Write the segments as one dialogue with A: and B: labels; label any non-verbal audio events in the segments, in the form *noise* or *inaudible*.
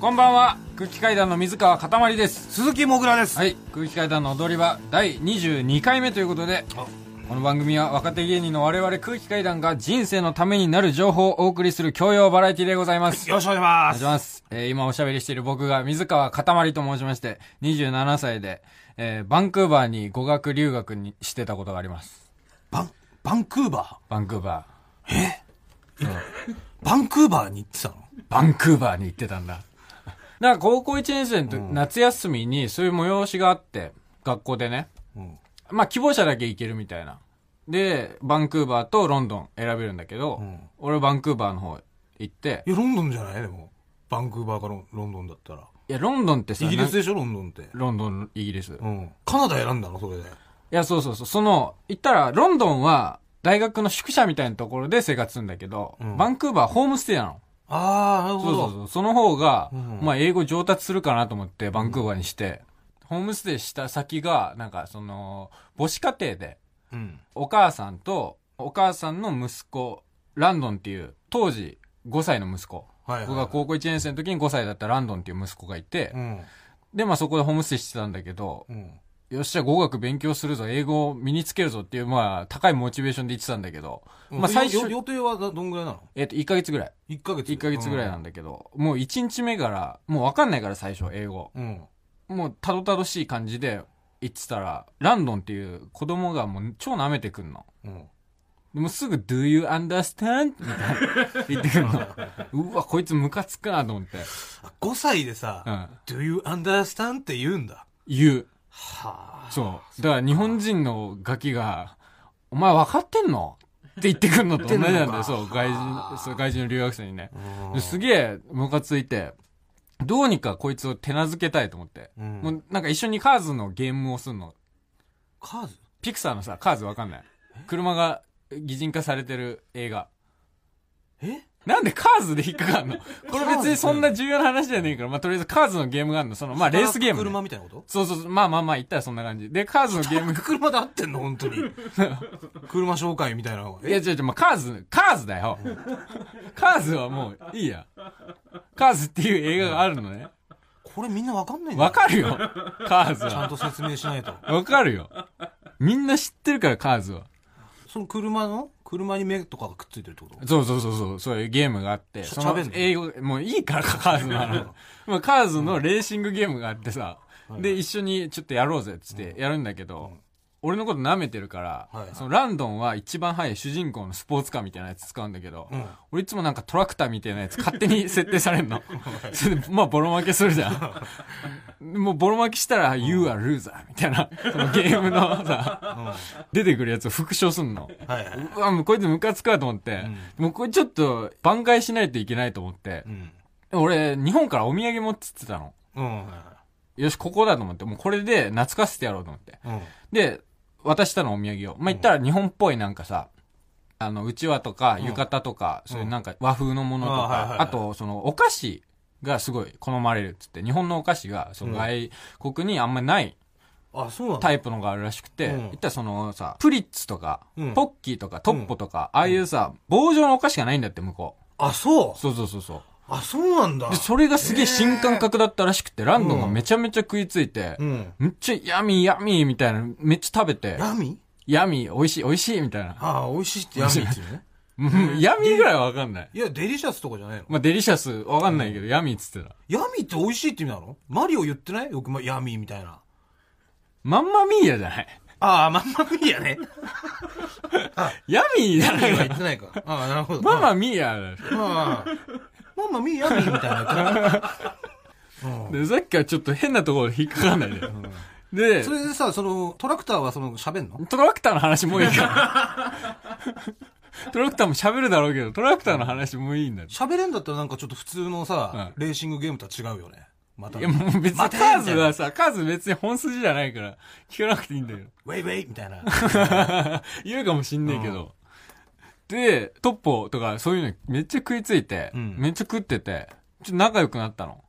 A: こんばんは空気階段の水川かたまりです
B: 鈴木もぐらです、
A: はい空気階段の踊り場第22回目ということでこの番組は若手芸人の我々空気階段が人生のためになる情報をお送りする教養バラエティでございます
B: よろしくお願いし
A: お
B: ま
A: 願い
B: す
A: します、えー今おしゃべりしている僕が水川かたまりと申しまして27歳で、えーバンクーバーに語学留学にしてたことがあります
B: バンバンクーバ
A: バンクーバ
B: ーバンクーバーに行ってたの
A: ーバンクーバーに行ってたんだ *laughs* だから高校1年生の時夏休みにそういう催しがあって学校でね
B: うん
A: まあ希望者だけ行けるみたいな。で、バンクーバーとロンドン選べるんだけど、
B: ん
A: 俺バンクーバーの方行って、
B: いやロンドンじゃないでもバンクーバーからロンドンだったら
A: いや、ロンドンってさ、
B: イギリス
A: な
B: でしょロンドンって
A: ロンドン、イギリス。
B: う
A: い
B: んカナダ選んだのそれで
A: や、そうそうそう。その、行ったら、ロンドンは大学の宿舎みたいなところで生活するんだけど、
B: ん
A: バンクーバーはホームステイなの。
B: ああな
A: そ
B: るほ
A: う
B: ど
A: そうそう。その方が、
B: ん
A: まあ英語上達するかなと思って、バンクーバーにして、ホームステイした先が、なんかその、母子家庭で、
B: うん
A: お母さんとお母さんの息子ランドンっていう当時5歳の息子、
B: はいはい
A: 僕が高校1年生の時に5歳だったランドンっていう息子がいて、
B: うん
A: でまあそこでホームステイしてたんだけど、
B: うん
A: よっしゃ語学勉強するぞ英語を身につけるぞっていうまあ高いモチベーションで言ってたんだけど、まあ最
B: よ
A: 初、
B: 予定はどどんぐらいなの
A: えっと1ヶ月ぐらい
B: 1ヶ月
A: 1ヶ月ぐらいなんんだけど、もう1日目からもう分かんないから最初英語
B: うん
A: もうたどたどしい感じで言ってたらランドンっていう子供がもう超舐めてくんの
B: うん
A: でもすぐ Do you understand? みたいな言ってくるの。うわ、こいつムカつくなと思って。
B: あ5歳でさ
A: うん。
B: 「Do you understand?」って言うんだ
A: 言う。
B: はあ
A: そう。だから日本人のガキが、お前分かってんのって言ってくるのと同じなんだよ。そう、外人、そう、外人の留学生にね。ですげえムカついて、どうにかこいつを手なずけたいと思って。
B: うん
A: もうなんか一緒にカーズのゲームをするの。
B: カーズ
A: ピクサーのさ、カーズわかんない。車が擬人化されてる映画。
B: え
A: なんでカーズで引っかかんのこれ別にそんな重要な話じゃねえから、まあ、とりあえずカーズのゲームがあるの。その、まあ、レースゲームね、
B: 車みたいなこと
A: そうそうそう、まあまあまあ、言ったらそんな感じ。で、カーズのゲームが、
B: 車で合ってんの本当に車紹介みたいなのが
A: いや違う違う、まあ、カーズ、カーズだよ。カーズはもう、いいや。カーズっていう映画があるのね。
B: これみんなわかんないんだ
A: わかるよ。カーズ
B: ちゃん
A: は。
B: と説明しないと。
A: わかるよ。みんな知ってるから、カーズは。
B: その車の車に目とかがくっついてるってこと
A: そうそうそうそう、そういうゲームがあって、
B: し
A: その
B: 喋んの
A: 英語、もういいからか、カーズの話。 *laughs* まあ、カーズのレーシングゲームがあってさ、で、一緒にちょっとやろうぜっつってやるんだけど、俺のこと舐めてるから、
B: はいはい
A: そのランドンは一番速い主人公のスポーツカーみたいなやつ使うんだけど、
B: うん
A: 俺いつもなんかトラクターみたいなやつ勝手に設定さ
B: *laughs*
A: れんの。それで、まあ、ボロ負けするじゃ
B: *laughs*
A: ん。もうボロ負けしたら、You are loser みたいな、そのゲームの
B: *laughs*
A: さ、出てくるやつを復唱すんの。
B: はいは
A: うわ、もうこいつムカつくわと思って、もうこれちょっと挽回しないといけないと思って
B: う、ん。
A: 俺、日本からお土産持ってってたの。
B: うん。は
A: よし、ここだと思って、もうこれで懐かせてやろうと思って。
B: いはい
A: で、渡したのお土産を。まあ、言ったら日本っぽいなんかさ、あの、うちわとか、浴衣とか、そういうなんか和風のものと
B: あーはいはい
A: か
B: は、い
A: あと、その、お菓子がすごい好まれるっつって、日本のお菓子が、その外国にあんまりない
B: うん。あ、そうなんだ。
A: タイプのがあるらしくて、
B: うん
A: 言ったらそのさ、プリッツとか、
B: うん
A: ポッキーとか、トッポとか、ああいうさ、棒状のお菓子がないんだって、向こう。
B: あ、そう。
A: そうそうそうそう。
B: あ、そうなんだ
A: で、。それがすげえ新感覚だったらしくて、ランドンがめちゃめちゃ食いついて、
B: うん。
A: めっちゃヤミーヤミーみたいな、めっちゃ食べて、
B: 闇
A: ヤミー美味しい美味しいみたいな。
B: ああ、美味しいって闇っ
A: *laughs*
B: ていうね。
A: うんヤミーぐらいはわかんない。
B: いや、デリシャスとかじゃないの。
A: まあ、デリシャスわかんないけど、ヤミーっつってた。
B: 闇って美味しいって意味なのマリオ言ってないよく、ま、闇みたいな。
A: まんまミーヤじゃない。
B: ああ、まんまみやね。
A: ヤミーじゃない
B: 闇は
A: わ
B: 言ってないか。ああ、なるほど。
A: ママミーヤだよ
B: あ。まあ、まんまみやみみたいな言ってない。
A: で、さっきからちょっと変なところ引っかかんないで。で
B: そ、れでさ、その、トラクターはその、喋んの
A: トラクターの話もういい
B: *laughs*
A: から。トラクターも喋るだろうけど、トラクターの話もういいんだよ。
B: 喋れんだったらなんかちょっと普通のさ、レーシングゲームとは違うよね。また。
A: いやもう別に
B: 待て
A: カーズはさ、カーズ別に本筋じゃないから、聞かなくていいんだよ。
B: ウェイウェイみた
A: *laughs*
B: いな。
A: 言うかもしんねえけど。で、トッポとかそういうのめっちゃ食いついて、
B: うん
A: めっちゃ食ってて、ちょっと仲良くなったの。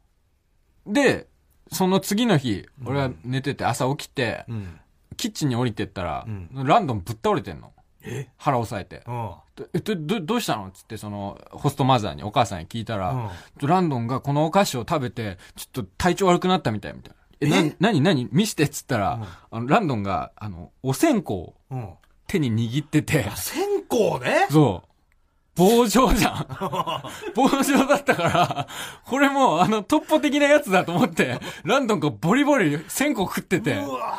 A: で、その次の日、俺は寝てて朝起きて、
B: うん。
A: キッチンに降りてったら、
B: うん
A: ランドンぶっ倒れてんの。
B: え
A: 腹押さえて。
B: うん。
A: えっと、ど、どうしたのっつって、その、ホストマザーに、お母さんに聞いたら、
B: うん
A: ランドンがこのお菓子を食べて、ちょっと体調悪くなったみたい、みたいな。え、な
B: え
A: に、なに、なに、見してっつったら、あの、ランドンが、あの、お線香を
B: うん。
A: 手に握ってて、
B: 線香ね
A: そう。棒状じゃ
B: *laughs*
A: ん。棒状だったから、これもう、あの、突破的なやつだと思って、ランドンがボリボリ線香食ってて、
B: うわ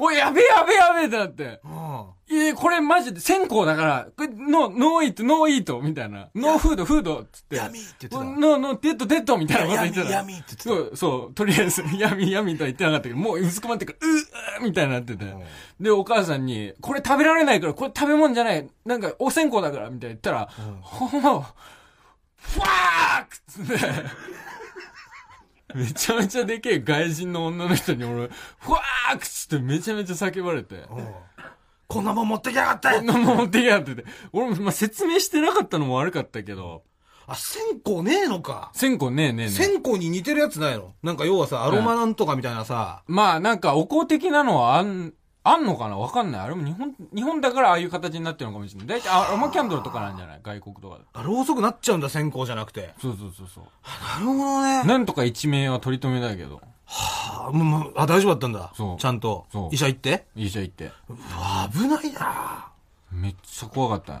A: おい、やべえやべえやべえってなって。
B: ー
A: *laughs* えーこれマジで線香だから、これノー、ノーイート、ノーイート、みたいな。ノーフード、フード、っつって。
B: 闇って言ってた
A: ノー、ノー、デッド、デッド、みたいなこと言って
B: い
A: た。
B: や闇闇って
A: そ
B: 言
A: う、そう、とりあえず、 *laughs* 闇、闇とは言ってなかったけど、もう薄くまってくる、うー、うーみたいになってて。で、お母さんに、これ食べられないから、これ食べ物じゃない、なんか、お線香だから、みたいな言ったら、
B: ん
A: ほんま、ファークっつって。めちゃめちゃでけえ外人の女の人に俺、ファークっつってめちゃめちゃ叫ばれて。
B: うんこんなもん持ってきやがって
A: こんなもん持ってきやってて。俺も、まあ、説明してなかったのも悪かったけど、
B: あ線香ねえのか
A: 線香ねえねえねえ。
B: 線香に似てるやつないのなんか要はさアロマなんとかみたいなさ
A: まあ、なんか、お香的なのはあん、あんのかなわかんない。あれも日本、日本だからああいう形になってるのかもしれない。大体、アロマキャンドルとかなんじゃない外国とかで。
B: あろうそくなっちゃうんだ線香じゃなくて
A: そうそうそうそう。
B: なるほどね
A: なんとか一命は取り留めだけど、
B: あもうもうあ大丈夫だったんだ
A: そう
B: ちゃんと
A: そう
B: 医者行って
A: 医者行って。
B: うわ危ないな
A: めっちゃ怖かったね。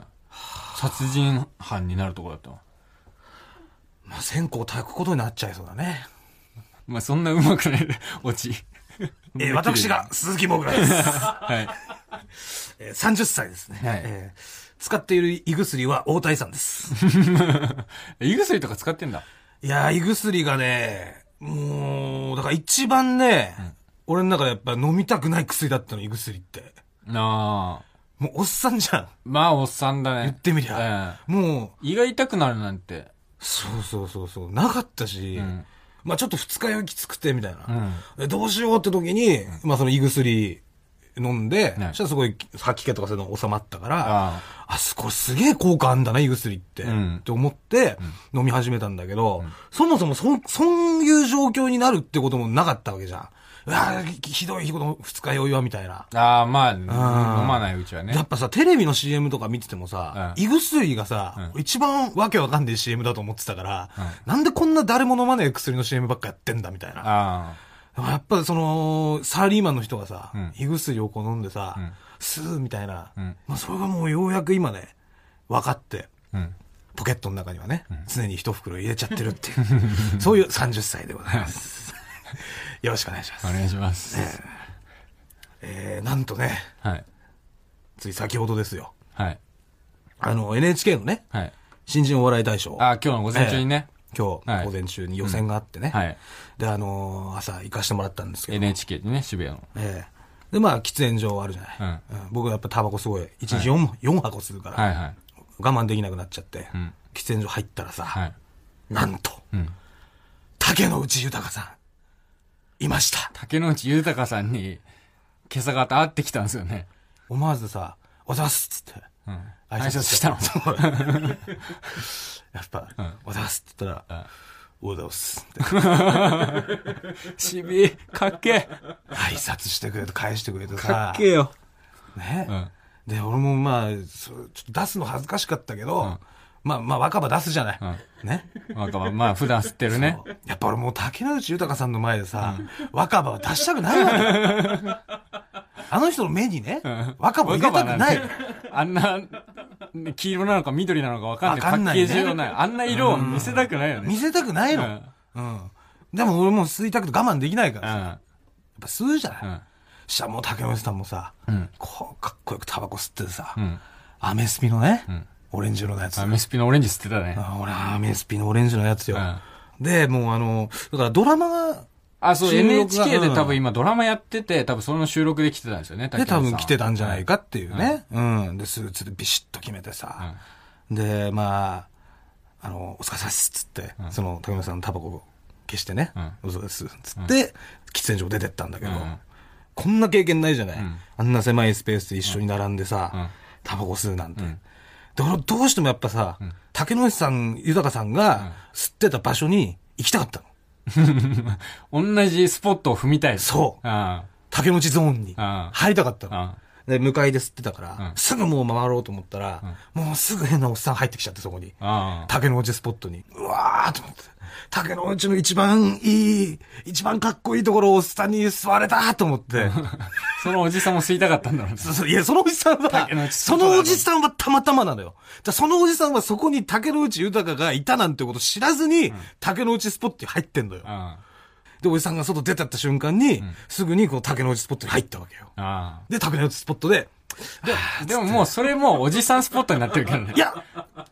A: 殺人犯になるとこだったわ
B: まあ線香炊くことになっちゃいそうだね
A: まあ、そんなうまくない、 *laughs* 落ち。
B: えー私が鈴木もぐらです
A: *laughs* はい。
B: えー30歳ですね、
A: はい
B: えー使っている胃薬は大谷さんです。
A: 胃薬とか使ってんだ。
B: いやー、胃薬がね、もう、だから一番ね、俺の中でやっぱ飲みたくない薬だったの、胃薬って。
A: なあ。
B: もうおっさんじゃん。
A: まあ、おっさんだね。
B: 言ってみりゃ。
A: ええ
B: もう、
A: 胃が痛くなるなんて。
B: そうそうそうそう、なかったし、
A: ん
B: まあちょっと二日酔いきつくて、みたいな。
A: ん
B: でどうしようって時に、まあその胃薬飲んで、
A: ね
B: そしたらすごい吐き気とかそういうの収まったから、
A: あ
B: あ、すこれすげえ効果あんだな、胃薬って。
A: うん
B: って思って、飲み始めたんだけど、そもそもそ、そういう状況になるってこともなかったわけじゃん。うわーひひどいこと、二日酔いは、みたいな。
A: あ。ああ、まあ、飲まないうちは
B: や
A: ね。
B: っぱさ、テレビの CM とか見ててもさ、
A: うん
B: 胃薬がさ、一番わけわかんない CM だと思ってたから、
A: う
B: なんでこんな誰も飲まない薬の CM ばっかやってんだみたいな。
A: あ
B: でもやっぱその、サラリーマンの人がさ、
A: ん
B: 胃薬をこう飲んでさ、
A: ん
B: スーみたいな、
A: ん
B: まあ、それがもうようやく今ね、分かって、
A: あ。うん。
B: ポケットの中にはね、常に一袋入れちゃってるっていう、 *laughs* そういう30歳でござい
A: *laughs*
B: ます。よろしくお願いします。
A: お願いします。
B: えー、なんとね、
A: はい。
B: つい先ほどですよ。
A: はい。
B: あの、NHK のね、
A: はい。
B: 新人お笑い大賞。
A: ああ、今日の午前中にね。
B: 今
A: は
B: 日、
A: い
B: 午前中に予選があってね。
A: はい。
B: で、あのー朝行かしてもらったんですけど。
A: NHK でね、渋谷の。
B: ええで、まあ、喫煙所あるじゃない。うん僕やっぱタバコすごい、1日 4,、四箱吸うから、
A: はいはい。
B: 我慢できなくなっちゃって、
A: ん
B: 喫煙所入ったらさ、
A: はい。
B: なんと、
A: ん
B: 竹野内豊さん、いました。
A: 竹野内豊さんに、今朝方会ってきたんですよね。
B: 思わずさ、おはようございますっつって、
A: うん。挨
B: 挨
A: 拶したの。
B: そう *laughs* やっぱ、おはようございますって言ったら、おはようございますって。
A: しび、かっけえ。
B: 挨拶してくれて返してくれてさ。
A: かっけえよ。
B: ね、
A: うん
B: で俺もまあそうちょっと出すの恥ずかしかったけど、まあまあ若葉出すじゃない、ね
A: なんかまあ、まあ、普段吸ってるね。
B: *laughs* やっぱ俺もう竹野内豊さんの前でさ、若葉は出したくないわけよ
A: *laughs*
B: あの人の目にね、若葉を入れたくない
A: 若葉んてあんな、黄色なのか緑なのかわかんない。
B: わかんないね
A: パッケージをない。あんな色を見せたくないよね。
B: 見せたくないの、うんでも俺もう吸いたくて我慢できないから、やっ
A: うん。
B: ぱ吸うじゃない、
A: うん
B: したらもう竹野内さんもさ、
A: ん
B: こうかっこよくタバコ吸ってさ、
A: ん
B: アメスピのね、オレンジ色のやつ
A: アメスピのオレンジ吸ってたね。
B: あ俺、アメスピのオレンジのやつよ。
A: う
B: で、もうあの、だからドラマが、
A: あ、そう、
B: 収録が
A: NHK で
B: うん
A: 多分今ドラマやってて、多分その収録で来てたんですよね、
B: で、
A: 竹内さ
B: 多
A: ん
B: 分来てたんじゃないかっていうね。うん。で、スーツでビシッと決めてさ。で、まあ、あの、お疲れ様ですっつって、その、竹村さんのタバコを消してね、お疲れ様ですっつって、喫煙所出てったんだけど、
A: ん
B: こんな経験ないじゃない、あんな狭いスペースで一緒に並んでさ、タバコ吸うなんて。で、俺どうしてもやっぱさ、竹野内さん、豊さんが吸ってた場所に行きたかったの。
A: 同じスポットを踏みたい。
B: そう
A: うん。
B: 竹野内ゾーンに
A: ああ
B: 入りたかったの。
A: あ
B: で、向かいで吸ってたから、うん、すぐもう回ろうと思ったら、うん、もうすぐ変なおっさん入ってきちゃって、そこに。竹の内スポットに。うわーと思って。竹の内の一番いい、一番かっこいいところをおっさんに座れたと思って。
A: そのおじさんも吸いたかったんだろうね。
B: いや、そのおじさんは、そのおじさんはたまたまなのよ。そのおじさんはそこに竹の内豊がいたなんてこと知らずに、うん、竹の内スポットに入ってんのよ。で、おじさんが外出てった瞬間に、うん、すぐにこの竹の内スポットに入ったわけよ。で、竹の内スポットで、
A: ででももうそれもうおじさんスポットになってるからね。
B: いや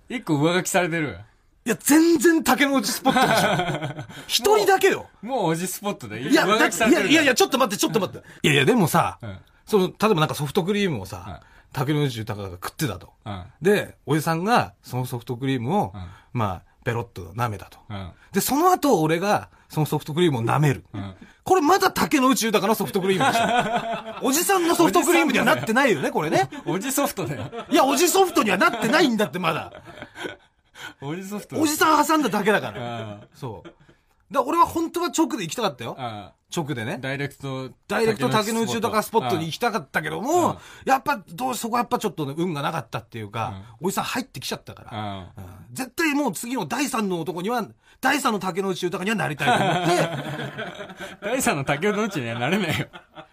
A: 一個上書きされてる。
B: いや、全然竹の内スポットでしょ。 *laughs* 一人だけよ。
A: もうおじスポットで
B: いや、だいやいやいや、ちょっと待って、ちょっと待って。いやいや、でもさ、うん、その、例えばなんかソフトクリームをさ、うん、竹野内豊が食ってたと、うん、で、おじさんが、そのソフトクリームを、まあ、ペロッと舐めたと、で、その後俺が、そのソフトクリームを舐める。これまだ竹野内豊のソフトクリームでし *laughs* ょ。おじさんのソフトクリームにはなってないよね、これね。
A: おじソフトだよ。
B: いや、おじソフトにはなってないんだって、まだ。
A: おじソフト
B: おじさん挟んだだけだから。そう。だ俺は本当は直で行きたかったよ。直でね。
A: ダイレクト。。
B: ダイレクト竹野内豊スポットに行きたかったけども、やっぱ、どう、そこはやっぱちょっとね、運がなかったっていうか、おじさん入ってきちゃったから、絶対もう次の第3の男には、第3の竹野内豊にはなりたいと思 *laughs* って
A: 第3の竹野内にはなれないよ。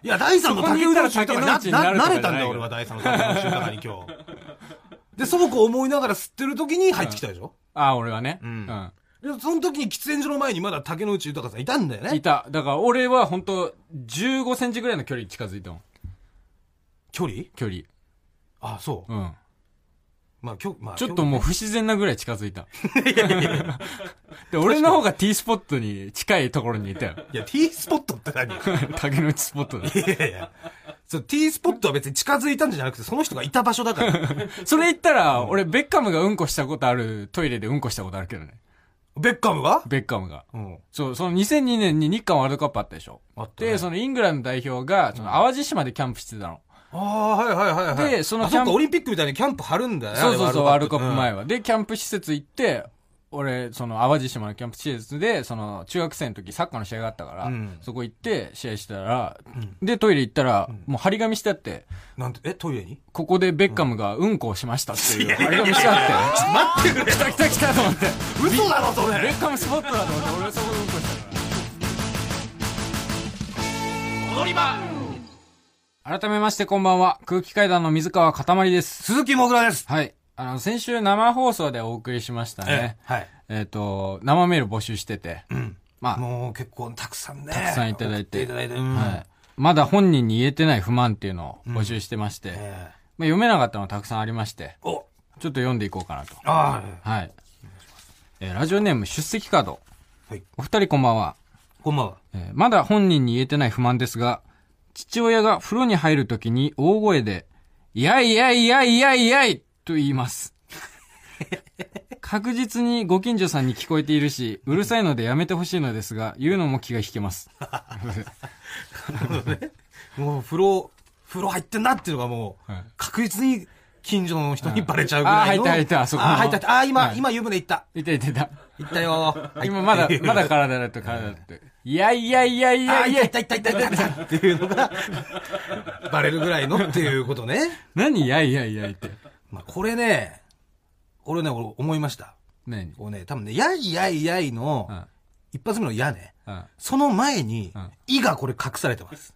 B: いや、第3の竹野内豊にななれたんだよ、俺は第3の竹野内豊に今日。で、祖母思いながら吸ってる時に入ってきたでしょ、
A: うん、ああ、俺はね。
B: うん。うん、で、その時に喫煙所の前にまだ竹野内豊さんいたんだよね。
A: いた。だから俺は本当15センチぐらいの距離近づいたもん。
B: 距離
A: 距離。。
B: ああ、そう
A: うん。
B: まあ、きょ、まあ、
A: ちょっともう不自然なぐらい近づい
B: *laughs*
A: た。いやいやいや。で、俺の方が T スポットに近いところにいた
B: *laughs*
A: よ。
B: いや、T スポットって何 *laughs*
A: 竹の内スポットだ。
B: いやいやいや。そう、T スポットは別に近づいたんじゃなくて、その人がいた場所だから。
A: *laughs* それ言ったら、俺、ベッカムがうんこしたことある、トイレでうんこしたことあるけどね。
B: ベッカムが
A: ベッカムが。うん。そう、その2002年に日韓ワールドカップあったでしょ。あって、ね。で、そのイングランド代表が、その淡路島でキャンプしてたの。
B: ああ、はいはいはいはい。
A: で、その
B: キャンプ。オリンピックみたいにキャンプ張るんだよね。
A: そうそうそう、ワールドカップ前は。で、キャンプ施設行って、俺、その、淡路島のキャンプ施設で、その、中学生の時サッカーの試合があったから、そこ行って、試合したら、で、トイレ行ったら、もう張り紙してあって、
B: なんて、え、トイレに
A: ここでベッカムがうんこをしましたっていう張り紙してあ
B: って、待ってくれ
A: 来た来た来たと思って。
B: 嘘だろ、それ
A: ベッカムスポットだと思って、俺そこでうんこしたから。踊り場 *laughs* 改めましてこんばんは。空気階段の水川かたまりです。
B: 鈴木もぐらです。
A: はい。あの、先週生放送でお送りしましたね。
B: はい。
A: えっ、と、生メール募集してて。
B: うん。まあ。もう結構たくさんね。
A: たくさんいただいて。
B: いただいて。うん、はい。
A: まだ本人に言えてない不満っていうのを募集してまして。うん、えー、まあ、読めなかったのたくさんありまして。
B: おちょ
A: っと読んでいこうかなと。
B: あ
A: あ。はい。えー、ラジオネーム出席カード。はい。お二人こんばんは。
B: こんばんは。
A: えー、まだ本人に言えてない不満ですが、父親が風呂に入るときに大声で、いやいやいやいやいやいと言います。
B: *laughs*
A: 確実にご近所さんに聞こえているし、うるさいのでやめてほしいのですが、言うのも気が引けます。
B: ね、もう風呂、風呂入ってんなっていうのがもう、確実に近所の人にバレちゃうぐらい
A: あ、入っ
B: の。
A: た入った、あそこ。あ、
B: 入った入った。あ、今、はい、今湯船行った。。
A: 行った行った行った
B: 行ったよ。
A: 今まだ、まだ体だって体だって。いやいやいやいやいや。
B: いたいたいたいたいたっていうのが、バレるぐらいのっていうことね。
A: 何いやいやいやいって。
B: まあ、これね、俺ね、俺思いました。
A: 何
B: こうね、多分ね、やいやいやいの、一発目のやね。その前に、いがこれ隠されてます。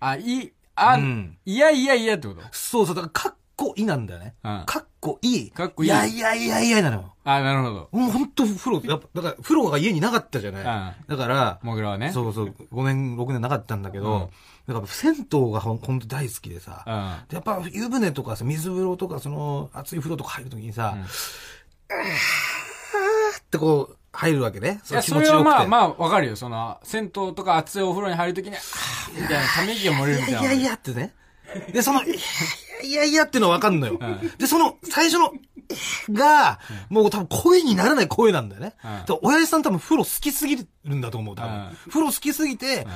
A: あ、い、あ、いやいやいやってこと
B: そうそう、だから、こいなんだよね。かっこいい。
A: かっこいい。
B: いやいやいやいやなのよ。
A: あ、なるほど。
B: もう本当風呂、やっぱ、だから風呂が家になかったじゃない。だから、
A: もぐらはね。
B: そうそう、5年、6年なかったんだけど、だから銭湯がほんと大好きでさ、やっぱ湯船とかさ、水風呂とか、その、熱い風呂とか入るときにさ、うーってこう、入るわけね。
A: そそれはまあまあわかるよ。その、銭湯とか熱いお風呂に入るときに、あーみたいな、ため息が漏れるみたいな。
B: いやいやってね。で、その、いやいやってのわかんのよ。で、その、最初の、が、もう多分声にならない声なんだよね。うん、親父さん多分風呂好きすぎるんだと思う、多分。風呂好きすぎて、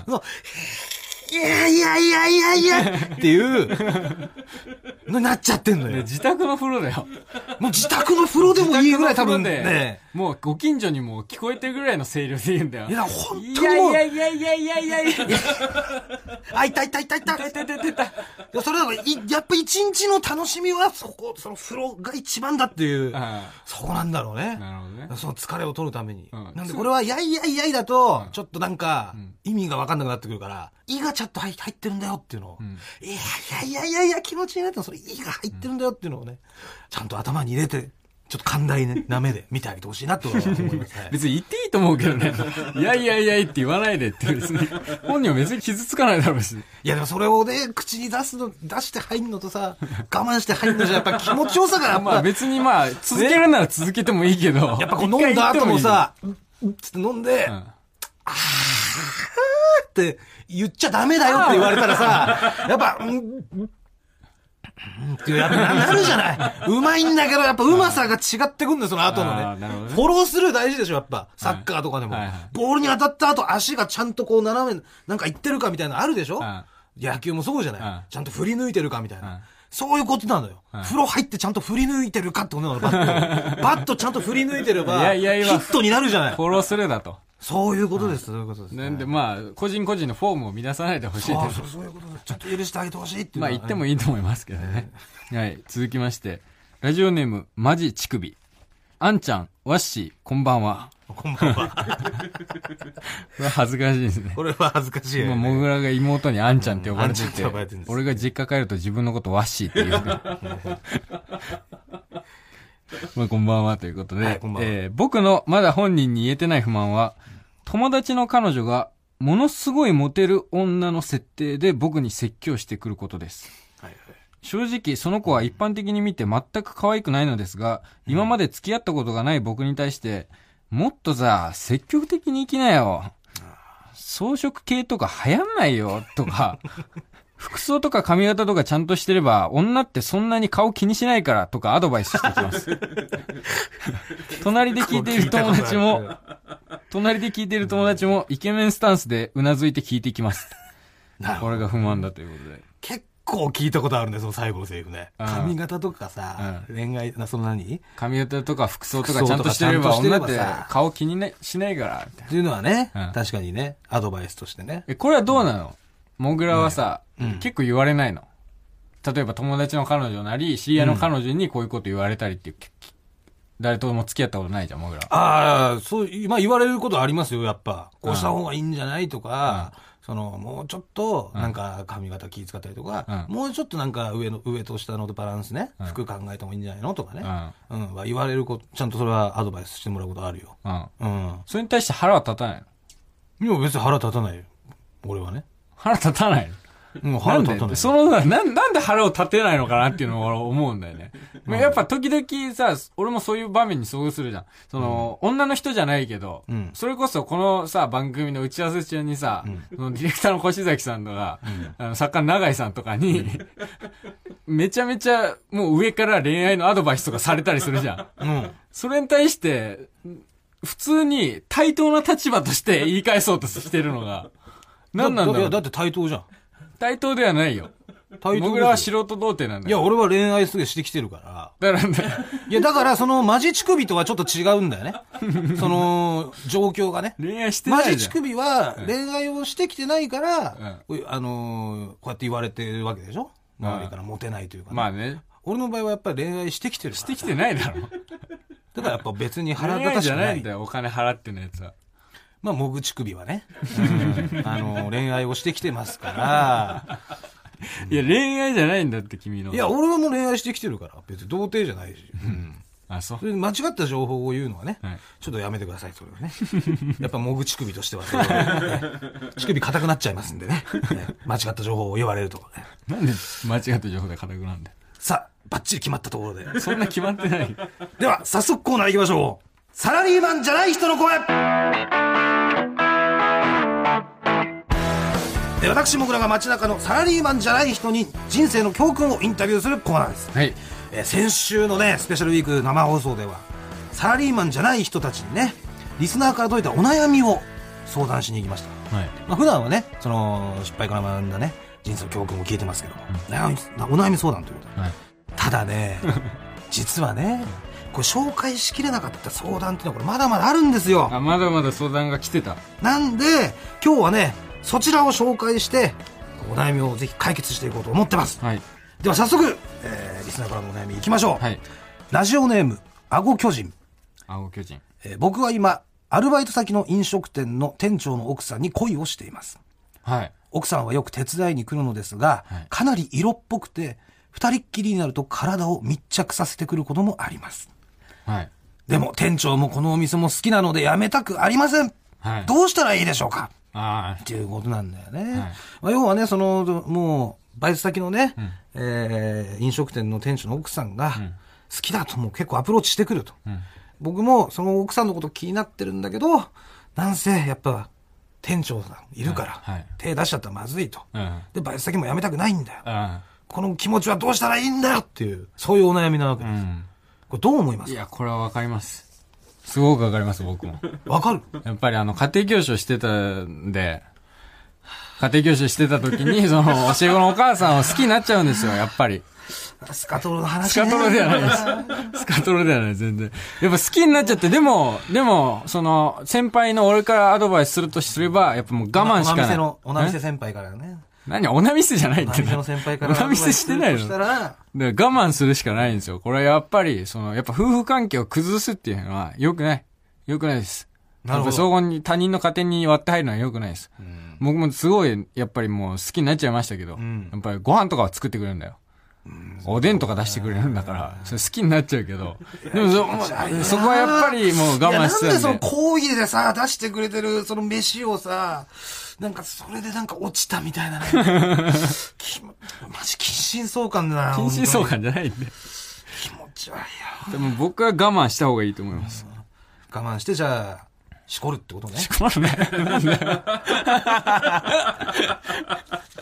B: いやいやいやいやいやっていう、のになっちゃってんのよ。
A: 自宅の風呂だよ。
B: もう自宅の風呂でもいいぐらい多分ね。
A: もうご近所にも聞こえてるぐらいの声量で言うんだよ。
B: いや、本
A: い
B: 当にもう
A: やいやいやいやいやいやいや。
B: あ、いたいたいたいた。
A: 出て出た。
B: いやそれだから、いやっぱ一日の楽しみはそこ、その風呂が一番だっていう、
A: あ
B: そこなんだろうね。
A: なるほどね
B: その疲れを取るために。
A: うん。
B: なんでこれは、やいやいやいだと、ちょっとなんか、意味がわかんなくなってくるから、胃がちゃんと入入ってるんだよっていうのを、いやいやいやいやいや気持ちいいなって、それ胃が入ってるんだよっていうのをね、ちゃんと頭に入れて、ちょっと寛大 *laughs* な目で見てあげてほしいなって俺は思います、ね
A: *laughs* 別に言っていいと思うけどね。いやいやいやいって言わないでってですね。本人は別に傷つかないだろうし。
B: いやでもそれをね、口に出すの、出して入んのとさ、我慢して入んのじゃやっぱ気持ちよさがや
A: *laughs*
B: っ
A: まあ
B: ぱ、
A: 別にまあ、続けるなら続けてもいいけど。
B: やっぱこう飲んだ後もさ、うんうんつって飲んで、
A: ん
B: あーって言っちゃダメだよって言われたらさ、やっぱ、うん、うんうんってやっぱなるじゃない。うまいんだけど、やっぱうまさが違ってくんだよ、その後
A: あ
B: の
A: ー
B: ね
A: なるほどね
B: フォロースルー大事でしょ、やっぱ。サッカーとかでも。
A: はいはい
B: ボールに当たった後、足がちゃんとこう斜め、なんかいってるかみたいなのあるでしょ、
A: ん
B: 野球もそうじゃない、
A: うん
B: ちゃんと振り抜いてるかみたいな。
A: うん
B: そういうことなのよ、風呂入ってちゃんと振り抜いてるかってことなの、
A: *laughs*
B: バット。バットちゃんと振り抜いてれば、
A: いやいやいや
B: ヒットになるじゃない
A: フ。ォローするだと。
B: そういうことです、そういうことです。
A: なんでまあ、個人個人のフォームを乱さないでほしい
B: あ
A: で
B: あ、そ
A: す。
B: うそういうことです。ちょっと許してあげてほしいっていうの
A: まあ
B: は
A: 言ってもいいと思いますけどね。はい、続きまして。ラジオネーム、マジ乳首。あんちゃん、わっしー、こんばんは。
B: こんばんは。
A: これ恥ずかしいですね。
B: これは恥ずかしいよ
A: 今、
B: ね、
A: モグラが妹にあんちゃんって呼ばれて
B: うんあんちゃ
A: て
B: んって呼ばれてるん、です
A: 俺が実家帰ると自分のことワッシーって言うね。 *laughs* まあ、こんばんはということで、
B: はいこんばんは
A: えー僕のまだ本人に言えてない不満は、友達の彼女がものすごいモテる女の設定で僕に説教してくることです。
B: はいはい
A: 正直その子は一般的に見て全く可愛くないのですが、今まで付き合ったことがない僕に対して、もっとさ、積極的に行きなよ。装飾系とか流行んないよ、と *laughs* か。服装とか髪型とかちゃんとしてれば、女ってそんなに顔気にしないから、とかアドバイスしてき *laughs* ます。隣で聞いている友達も、隣で聞いてる友達もイケメンスタンスでうなずいて聞いてきます。
B: なる
A: こ
B: ほど。
A: れが不満だということで。
B: 結構聞いたことあるね、その最後のセリフね。
A: うん
B: 髪型とかさ、恋愛、な、その何
A: 髪型とか服装とか
B: 服
A: ちゃ
B: 装
A: ん
B: と
A: と
B: か
A: してれば
B: ちゃんとして
A: 女
B: れ
A: っ
B: ば
A: て
B: さ
A: 顔気にねしないからみたいな
B: っていうのはね、
A: うん
B: 確かにね、アドバイスとしてね。
A: えこれはどうなのモグラはさ、結構言われないの例えば友達の彼女なり知り合いの彼女にこういうこと言われたりっていう、き誰とも付き合ったことないじゃんモグラ
B: ああ、そう、まあ言われることありますよ、やっぱ。こうした方がいいんじゃないとか、その、もうちょっと、なんか髪型気遣ったりとか、
A: う
B: もうちょっとなんか上の、上と下のバランスね、服考えた方がいいんじゃないのとかね、
A: は
B: うん、は言われること、ちゃんとそれはアドバイスしてもらうことあるよ。
A: うんうん
B: うん。
A: それに対して腹は立たないの
B: でも別に腹立たないよ。俺はね。
A: 腹立たないの
B: うん、腹立
A: な
B: た
A: ん
B: ない
A: で、。その、なんなんで腹を立てないのかなっていうのを俺思うんだよ
B: *laughs*
A: ね。まあやっぱ時々さ、俺もそういう場面に遭遇するじゃん。その、女の人じゃないけど、
B: うん
A: それこそこのさ、番組の打ち合わせ中にさ、そのディレクターの越崎さんとか、あの作家の永井さんとか
B: *laughs*
A: に、めちゃめちゃもう上から恋愛のアドバイスとかされたりするじゃん。
B: うん。
A: それに対して、普通に対等な立場として言い返そうとしてるのが、なんなんだ
B: い
A: ろ
B: や、
A: う
B: だって対等じゃん。
A: 対等ではないよ。
B: 対等
A: モグラは素人童貞なんだ
B: いや、
A: よ。
B: 俺は恋愛すげえしてきてるから。
A: だからね、
B: いや、だから、その、マジ乳首とはちょっと違う
A: *laughs*
B: んだよね。その、状況がね。
A: 恋愛してな
B: マ
A: いじゃん。
B: ジ乳首は恋愛をしてきてないから、こういうあのーこうやって言われてるわけでしょ周りからモテないというかね、
A: まあね、
B: 俺の場合はやっぱり恋愛してきてるか
A: し
B: ら
A: てきてないだろ。
B: だからやっぱ別に腹
A: 腹立
B: 立た
A: た
B: し
A: じ
B: く
A: ゃ
B: な
A: ないいんだよ、お金払ってのやつは。
B: まあもぐ乳首はね、うんあのー恋愛をしてきてますから
A: いや、恋愛じゃないんだって、君の。
B: いや俺はもう恋愛してきてるから別に童貞じゃないし、
A: あ、そう
B: そ。れで間違った情報を言うのはね、
A: はい
B: ちょっとやめてくださいそれはね *laughs* やっぱもぐ乳首としてはそれはね、乳首硬くなっちゃいますんでねね間違った情報を言われるとね
A: なんで間違った情報で固くなんだよ。
B: さあバッチリ決まったところで
A: そんな決まってない。
B: で *laughs* は、早速コーナー行きましょう。サラリーマンじゃない人の声で私、もぐらが街中のサラリーマンじゃない人に人生の教訓をインタビューするコーナーです。
A: はい。
B: えー先週のね、スペシャルウィーク生放送では、サラリーマンじゃない人たちにね、リスナーから届いたお悩みを相談しに行きました。
A: はい。
B: まあ、普段はね、その、失敗から学んだね、人生の教訓を聞いてますけども、悩みお悩み相談ということで。
A: はい。
B: ただね実はねこれ紹介しきれなかった相談っていうのはこれまだまだあるんですよ
A: あまだまだ相談が来てた
B: なんで今日はねそちらを紹介してお悩みをぜひ解決していこうと思ってます、
A: はい
B: では早速、えーリスナーからのお悩みいきましょう、
A: はい
B: ラジオネームあご巨人
A: 青巨人
B: えー僕は今、アルバイト先の飲食店の店長の奥さんに恋をしています。
A: はい
B: 奥さんはよく手伝いに来るのですが、
A: はい
B: かなり色っぽくて、二人っきりになると体を密着させてくることもあります。
A: はい
B: でも店長もこのお店も好きなのでやめたくありません。
A: はい
B: どうしたらいいでしょうか
A: あ
B: っていうことなんだよね。まあ、要はね、その、どもう、バイト先のね、えー飲食店の店主の奥さんが、好きだともう結構アプローチしてくると。僕もその奥さんのこと気になってるんだけど、なんせやっぱ店長さんいるから、
A: はいはい
B: 手出しちゃったらまずいと。
A: あうん
B: で、バイト先も辞めたくないんだよ。
A: あ
B: この気持ちはどうしたらいいんだよっていう、そういうお悩みなわけです。
A: うん
B: これどう思いま
A: い
B: すか
A: やこれはわかりますすごくわかります僕も
B: わかる
A: やっぱりあの、家庭教師をしてたんで、家庭教師をしてた時に、 *laughs* その、教え子のお母さんを好きになっちゃうんですよ、やっぱり。
B: スカトロの
A: ス
B: 話、ね。
A: カトロではない
B: *laughs*
A: です。スカトロではない、全然。やっぱ好きになっちゃって、でも、でも、その、先輩の俺からアドバイスするとすれば、やっぱもう我慢しか
B: お
A: ない。
B: 店の、お店
A: え
B: 先輩からね。
A: 何おなみせじゃないっ
B: お
A: て。
B: 店の先輩から
A: おなみせしてない
B: そ
A: の。
B: した、
A: だからら我慢するしかないんですよ。これはやっぱり、その、やっぱ夫婦関係を崩すっていうのは、良くない。良くないです。
B: なるほ
A: やっぱ
B: ど。
A: そこに他人の家庭に割って入るのは良くないです。僕もすごい、やっぱりもう好きになっちゃいましたけど、
B: ん
A: やっぱりご飯とかは作ってくれるんだよ。おでんとか出してくれるんだから、それ好きになっちゃうけど。でもそ、もうそこはやっぱりもう我慢して
B: いやなんでそ
A: たんで。
B: の講義でさ、出してくれてるその飯をさ、なんかそれでなんか落ちたみたい
A: *laughs*
B: なね。きマジ近親相関だな。
A: 禁止相
B: 本当
A: 関
B: に。
A: じゃない
B: *laughs*
A: んで。
B: 気持ち悪いよ。
A: でも僕は我慢した方がいいと思い
B: *laughs*
A: ます。
B: 我慢して、じゃあ、しこるってことね。
A: 困る *laughs* ね。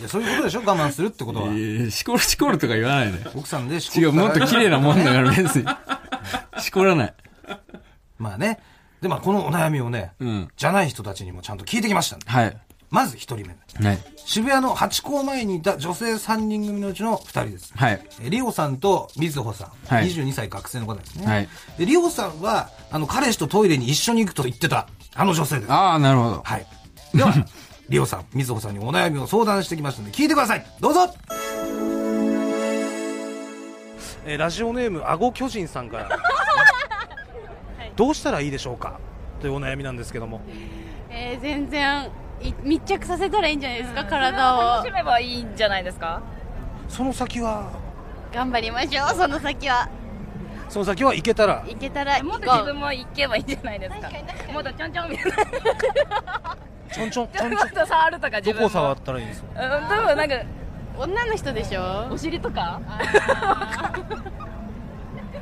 B: いやそういうことでしょ我慢するってことは。
A: しこるしこるとか言わないで。
B: 奥さんでしこ
A: 違う、
B: たら
A: もっと綺麗なもんだから別
B: *laughs*
A: に。しこらない。
B: まあね。で、まあこのお悩みをね、
A: うん。
B: じゃない人たちにもちゃんと聞いてきましたんで。
A: はい。
B: まず一人目。
A: はい。
B: 渋谷の八甲前にいた女性3人組のうちの2人です。
A: はい。
B: えリオさんと水穂さん、
A: はい
B: 22歳学生の方ですね、
A: はい
B: でリオさんはあの彼氏とトイレに一緒に行くと言ってたあの女性です、は
A: ああ、なるほど。
B: い、
A: *laughs*
B: ではリオさん水穂さんにお悩みを相談してきましたので聞いてくださいどうぞラジオネームあご巨人さん *laughs* から、どうしたらいいでしょうかというお悩みなんですけども
C: えー全然い密着させたらいいんじゃないですか、体を
D: 楽しめばいいんじゃないですか
B: その先は
C: 頑張りましょうその先は
B: その先は行けたら
C: 行けたら行
D: も
C: こ
D: っと自
C: う
D: 分も行けばいいんじゃないですか
C: 確かに確かに
D: もっとちょんちょんみたい
B: ちょんちょんちょ
D: なん
B: ち
D: も
B: ょん
D: っと触るとか
B: ど
D: 自分も
B: こを触ったらいいんですか
D: うん多分なんか
C: 女の人でしょ
D: お尻とか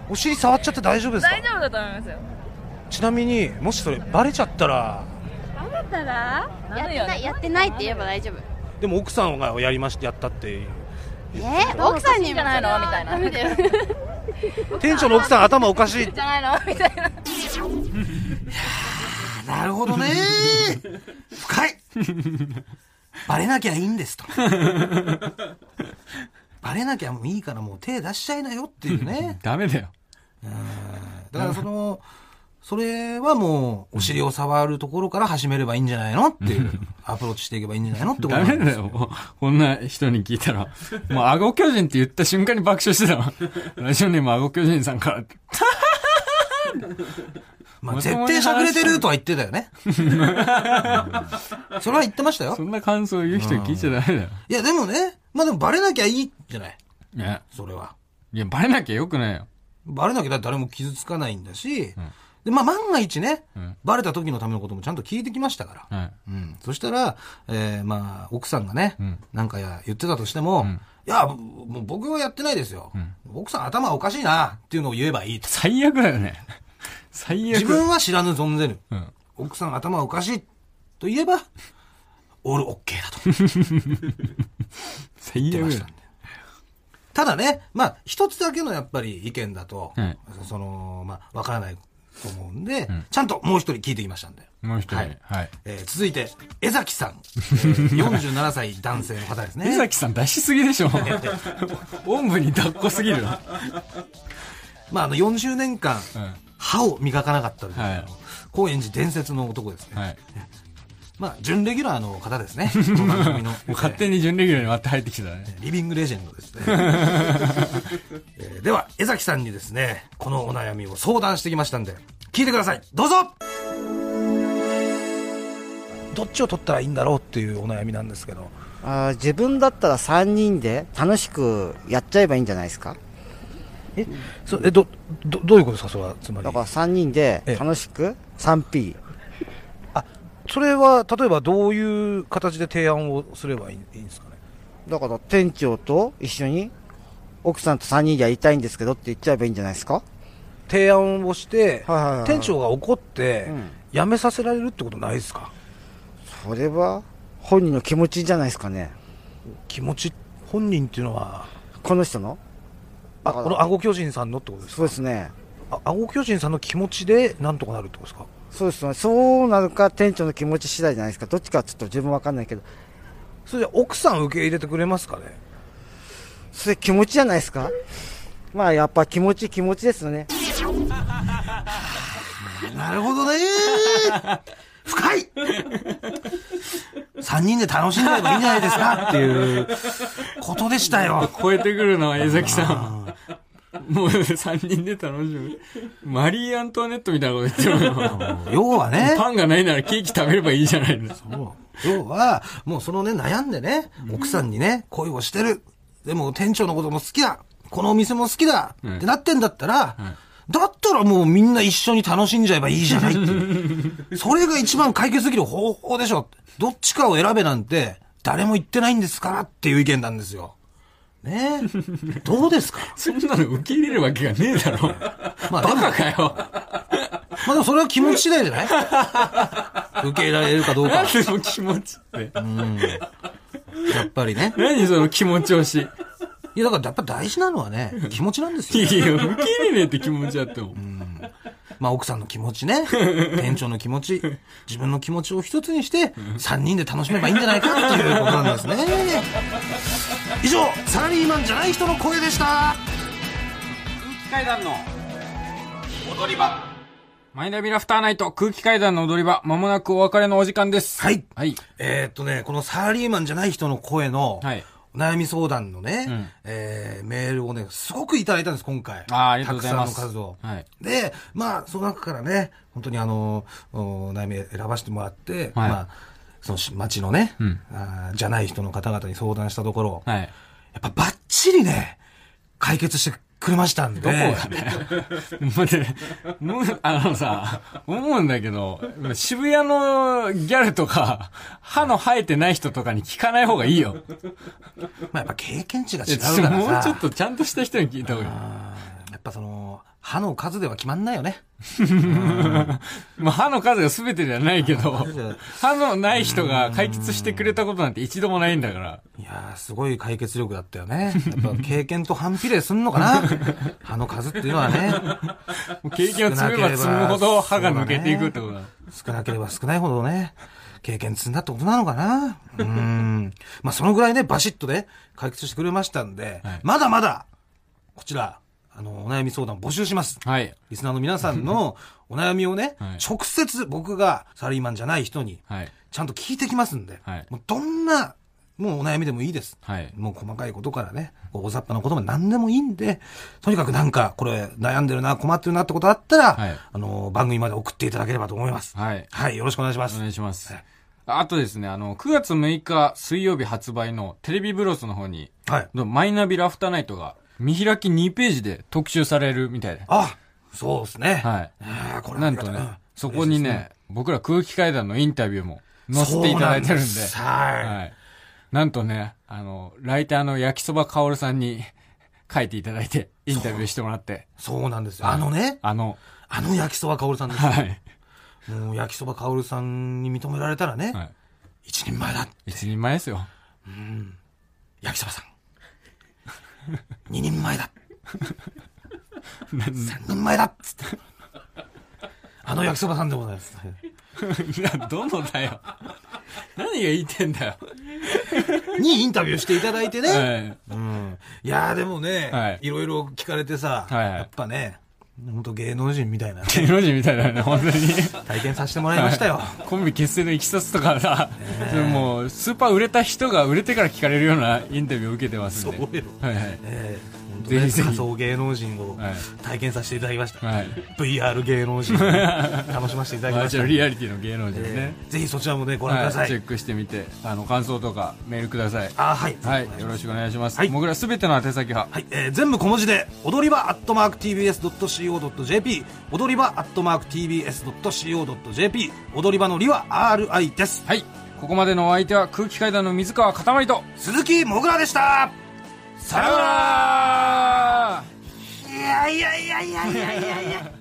B: お尻触っちゃって大丈夫ですか
D: *laughs* 大丈夫だと思いますよ
B: ちなみにもしそれバレちゃったら
C: あなたらや
D: な
C: っ
D: る
C: て
D: よ
C: ないやってないって言えば大丈
D: *laughs*
C: 夫
B: でも奥さんがやりましてやったっていう
C: え奥さんにも
D: じゃないのみたいな
C: ダメだよ
B: 店長の奥さん頭おかしい
D: *laughs* じゃないのみたいな
B: なるほ *laughs* どね深いバレなきゃいいんですとバレなきゃもういいからもう手出しちゃいなよっていう *laughs* ね
A: ダメだよ。
B: だからそのそれはもうお尻を触るところから始めればいいんじゃないのって *laughs* いうアプローチしていけばいいんじゃないのってこと
A: ダ
B: なんで
A: メ
B: す
A: だよ、もう。こんな人に聞いたら。もう、顎巨人って言った瞬間に爆笑してたわ。ラジオネーム顎巨人さんからって。ま
B: まあ、
A: と
B: 絶
A: もに
B: 対しゃくれてるとは言ってたよね。 *laughs* うんそれは言ってましたよ
A: そ。んな感想を言う人に聞いちゃダメだよ。
B: いや、でもね、まあでもバレなきゃいいじゃない。
A: ね。
B: それは。
A: いや、バレなきゃよくないよ。
B: バレなきゃだって誰も傷つかないんだし、で、まあ万が一ね、
A: ん
B: バレた時のためのこともちゃんと聞いてきましたから。
A: はい。
B: うん、そしたら、えーまあ、奥さんがね、
A: ん
B: なんかや言ってたとしても、いや、ぼもう僕はやってないですよ、奥さん頭おかしいな、っていうのを言えばいいと。
A: 最悪だよね。最悪。
B: 自分は知らぬ存ぜぬ。
A: うん。
B: 奥さん頭おかしいと言えば、オールオッケーだ
A: 最悪だ
B: と。言ってましたんでただね、まあ、一つだけのやっぱり意見だと、
A: はい
B: その、まあ、わからないと思うんで、ちゃんともう一人聞いてきましたんで。
A: もう一人。
B: は
A: はいい。
B: えー続いて、江崎さん。えー47歳男性の方ですね。 *laughs*
A: 江崎さん出しすぎでしょ。おんぶに抱っこすぎるわ。
B: まあ、あの40年間、
A: うん
B: 歯を磨かなかったですけど、
A: はい
B: 高円寺伝説の男ですね。
A: はい。
B: まあ、準レギュラーの方ですね。 *laughs* この番組の。
A: もう勝手に準レギュラーに割って入ってきたね。
B: リビングレジェンドです
E: *laughs*
B: ね。えーでは、江崎さんにですね、このお悩みを相談してきましたんで、聞いてください。どうぞどっちを取ったらいいんだろうっていうお悩みなんですけど、
E: あー自分だったら3人で楽しくやっちゃえばいいんじゃないですか
B: え、そえどど、どういうことですか、それは、つまり
E: だ。から3人で
B: ええ
E: 楽しく 3P
B: あ、それは、例えばどういう形で提案をすればいいいいんですかね。
E: だから店長と一緒に奥さんと3人でやりたいんですけどって言っちゃえばいいんじゃないですか
B: 提案をして、
E: はいはいはい
B: 店長が怒って、
E: うん
B: 辞めさせられるってことないですか
E: それは本人の気持ちじゃないですかね
B: 気持ち、本人っていうのは、
E: この人の
B: あ
E: だから
B: この顎巨人さんのってことです
E: そう
B: か
E: ですね
B: あ顎巨人さんの気持ちでなんとかなるってことですか
E: そうですねそうなるか店長の気持ち次第じゃないですかどっちかちょっと自分わかんないけど
B: それじゃあ奥さん受け入れてくれますかね
E: それ気持ちじゃないですかまあやっぱ気持ち気持ちですよね
B: なるほどね *laughs* 深い3人で楽しんでればいいんじゃないですかっていうことでしたよ
A: 超えてくるのは江崎さん。もう3人で楽しむ。マリー・アントワネットみたいなこと言ってる
B: *laughs*
A: の。
B: 要はね
A: パンがないならケーキ食べればいいじゃないの。
B: もう要は、もうそのね、悩んでね、奥さんにね、恋をしてる。でも店長のことも好きだ。このお店も好きだ。
A: ん
B: ってなってんだったら、だったらもうみんな一緒に楽しんじゃえばいいじゃないっていう。それが一番解決できる方法でしょ。どっちかを選べなんて、誰も言ってないんですからっていう意見なんですよ。ねえ。どうですか
A: そんなの受け入れるわけがねえだろ。バ
B: まあでも、
A: カ
B: ま
A: かよ。
B: あでもそれは気持ち次第じゃない受け入れられるかどうか
A: 何
B: は。
A: その気持ちって。
B: やっぱりね。
A: 何その気持ち押し。
B: いやだからやっぱ大事なのはね、気持ちなんです
A: い
B: よ
A: や。いや、受け入れねえって気持ちあっても。
B: まあ奥さんの気持
A: *laughs*
B: ちね、店長の気持ち、自分の気持ちを一つにして、3人で楽しめばいいんじゃないかっていうことなんですね。以上、サラリーマンじゃない人の声でした。
A: マイナビラフターナイト空気階段の踊り場、まもなくお別れのお時間です。
B: はい
A: はい。
B: えーっとね、このサラリーマンじゃない人の声の、
A: はい
B: お悩み相談のね、
A: ん
B: えーメールをね、すごくいただいたんです、今回。
A: あーありがとうございます
B: たくさんの数を。
A: はい
B: で、まあ、その中からね、本当にあの、お悩み選ばせてもらって、
A: はい
B: まあ、そのし町のね、
A: ん
B: あーじゃない人の方々に相談したところ、
A: はい。
B: やっぱバッチリね、解決してくれましたんで。
A: どこがね、 *laughs* 待って、もう、あのさ、思うんだけど、渋谷のギャルとか、歯の生えてない人とかに聞かない方がいいよ。
B: まあ、やっぱ経験値が
A: い
B: 違う
A: や
B: からさ。
A: もうちょっとちゃんとした人に聞いた方が
B: やっぱその、歯の数では決まんないよね。
A: いい。まあ、歯の数が全てじゃないけど
B: 数じゃ、
A: 歯のない人が解決してくれたことなんて一度もないんだから。
B: いやー、すごい解決力だったよね。やっぱ経験と反比例すんの
A: *laughs*
B: かな歯の数っていうのはね、
A: もう経験を積めば積むほど歯が抜けていくってことだ。
B: 少なければ少ないほどね、経験積んだってことなのかなうーん。まあ、そのぐらいね、バシッとね、解決してくれましたんで、
A: はい
B: まだまだ、こちら、あの、お悩み相談募集します。
A: はい。
B: リスナーの皆さ
A: *laughs*
B: んのお悩みをね、
A: はい
B: 直接僕がサラリーマンじゃない人に、
A: はい。
B: ちゃんと聞いてきますんで、
A: はい
B: もうどんな、もうお悩みでもいいです。
A: はい。
B: もう細かいことからね、こう大雑把なことも何でもいいんで、とにかくなんか、これ悩んでるな、困ってるなってことあったら、
A: はい
B: あの、番組まで送っていただければと思います。はい。
A: はい。
B: よろしくお願いします。
A: お願いします
B: はい。
A: あとですね、あの、9月6日水曜日発売のテレビブロスの方に、
B: はい。
A: マイナビラフターナイトが見開き2ページで特集されるみたいで。
B: あ、そうですね。
A: はい
B: あーこれ
A: なんと
B: ありがたい
A: ね、そこにね、僕ら空気階段のインタビューも載せていただいてるんで。
B: *laughs* そうなんですはい
A: はい。なんとね、あの、ライターの焼きそばかおるさんに *laughs* 書いていただいて、インタビューしてもらって。
B: そうなんですよ。あのね、
A: あの、
B: あの焼きそばかおるさんですよ。
A: はい。
B: もう焼きそばかおるさんに認められたらね、
A: はい
B: 一人前だ。
A: 一人前ですよ。 *laughs*
B: 焼きそばさん。二人前だ。三人前だっつって。あの焼きそばさんでございます。
A: いや、どのだよ。何が言いてんだよ。
B: にインタビューしていただいてね。
A: はい。
B: うんいやーでもね、
A: はい
B: い、ろいろ聞かれてさ、
A: はいはい
B: やっぱね、本当芸能人みたいなね
A: 芸能人みたいだね、本当に。
B: 体験させてもらいましたよ。
A: コンビ結成のいきさつとかさ、もう、スーパー売れた人が売れてから聞かれるようなインタビューを受けてますんで。
B: そうよ
A: *laughs* はいはい。
B: ええ本当
A: ぜひ
B: ね
A: ぜひ
B: 仮想芸能人を
A: はい
B: 体験させていただきました。
A: はい
B: VR 芸
A: *laughs*
B: 能人を楽しませていただき
A: ま
B: ま
A: あ、
B: し
A: ちょ
B: た。
A: っとリアリティの芸能人
B: え
A: ね。
B: えぜひそちらもね、ご覧くだ
A: は
B: さ
A: い、チェ
B: い
A: ッ。クしてみて、あの、感想とかメールください。
B: あ、はい。
A: はい、よろしくお願いします。
B: はい
A: もぐらすべての宛先は、
B: はい、えー全部小文字で踊り場アットマーク TBS.CO.JP 踊り場アットマーク TBS.CO.JP 踊り場のりは RI です
A: はい、ここまでのお相手は空気階段の水川かたまりと、
B: 鈴木もぐらでした
A: さようなら
B: いやいやいやいやいやいやいや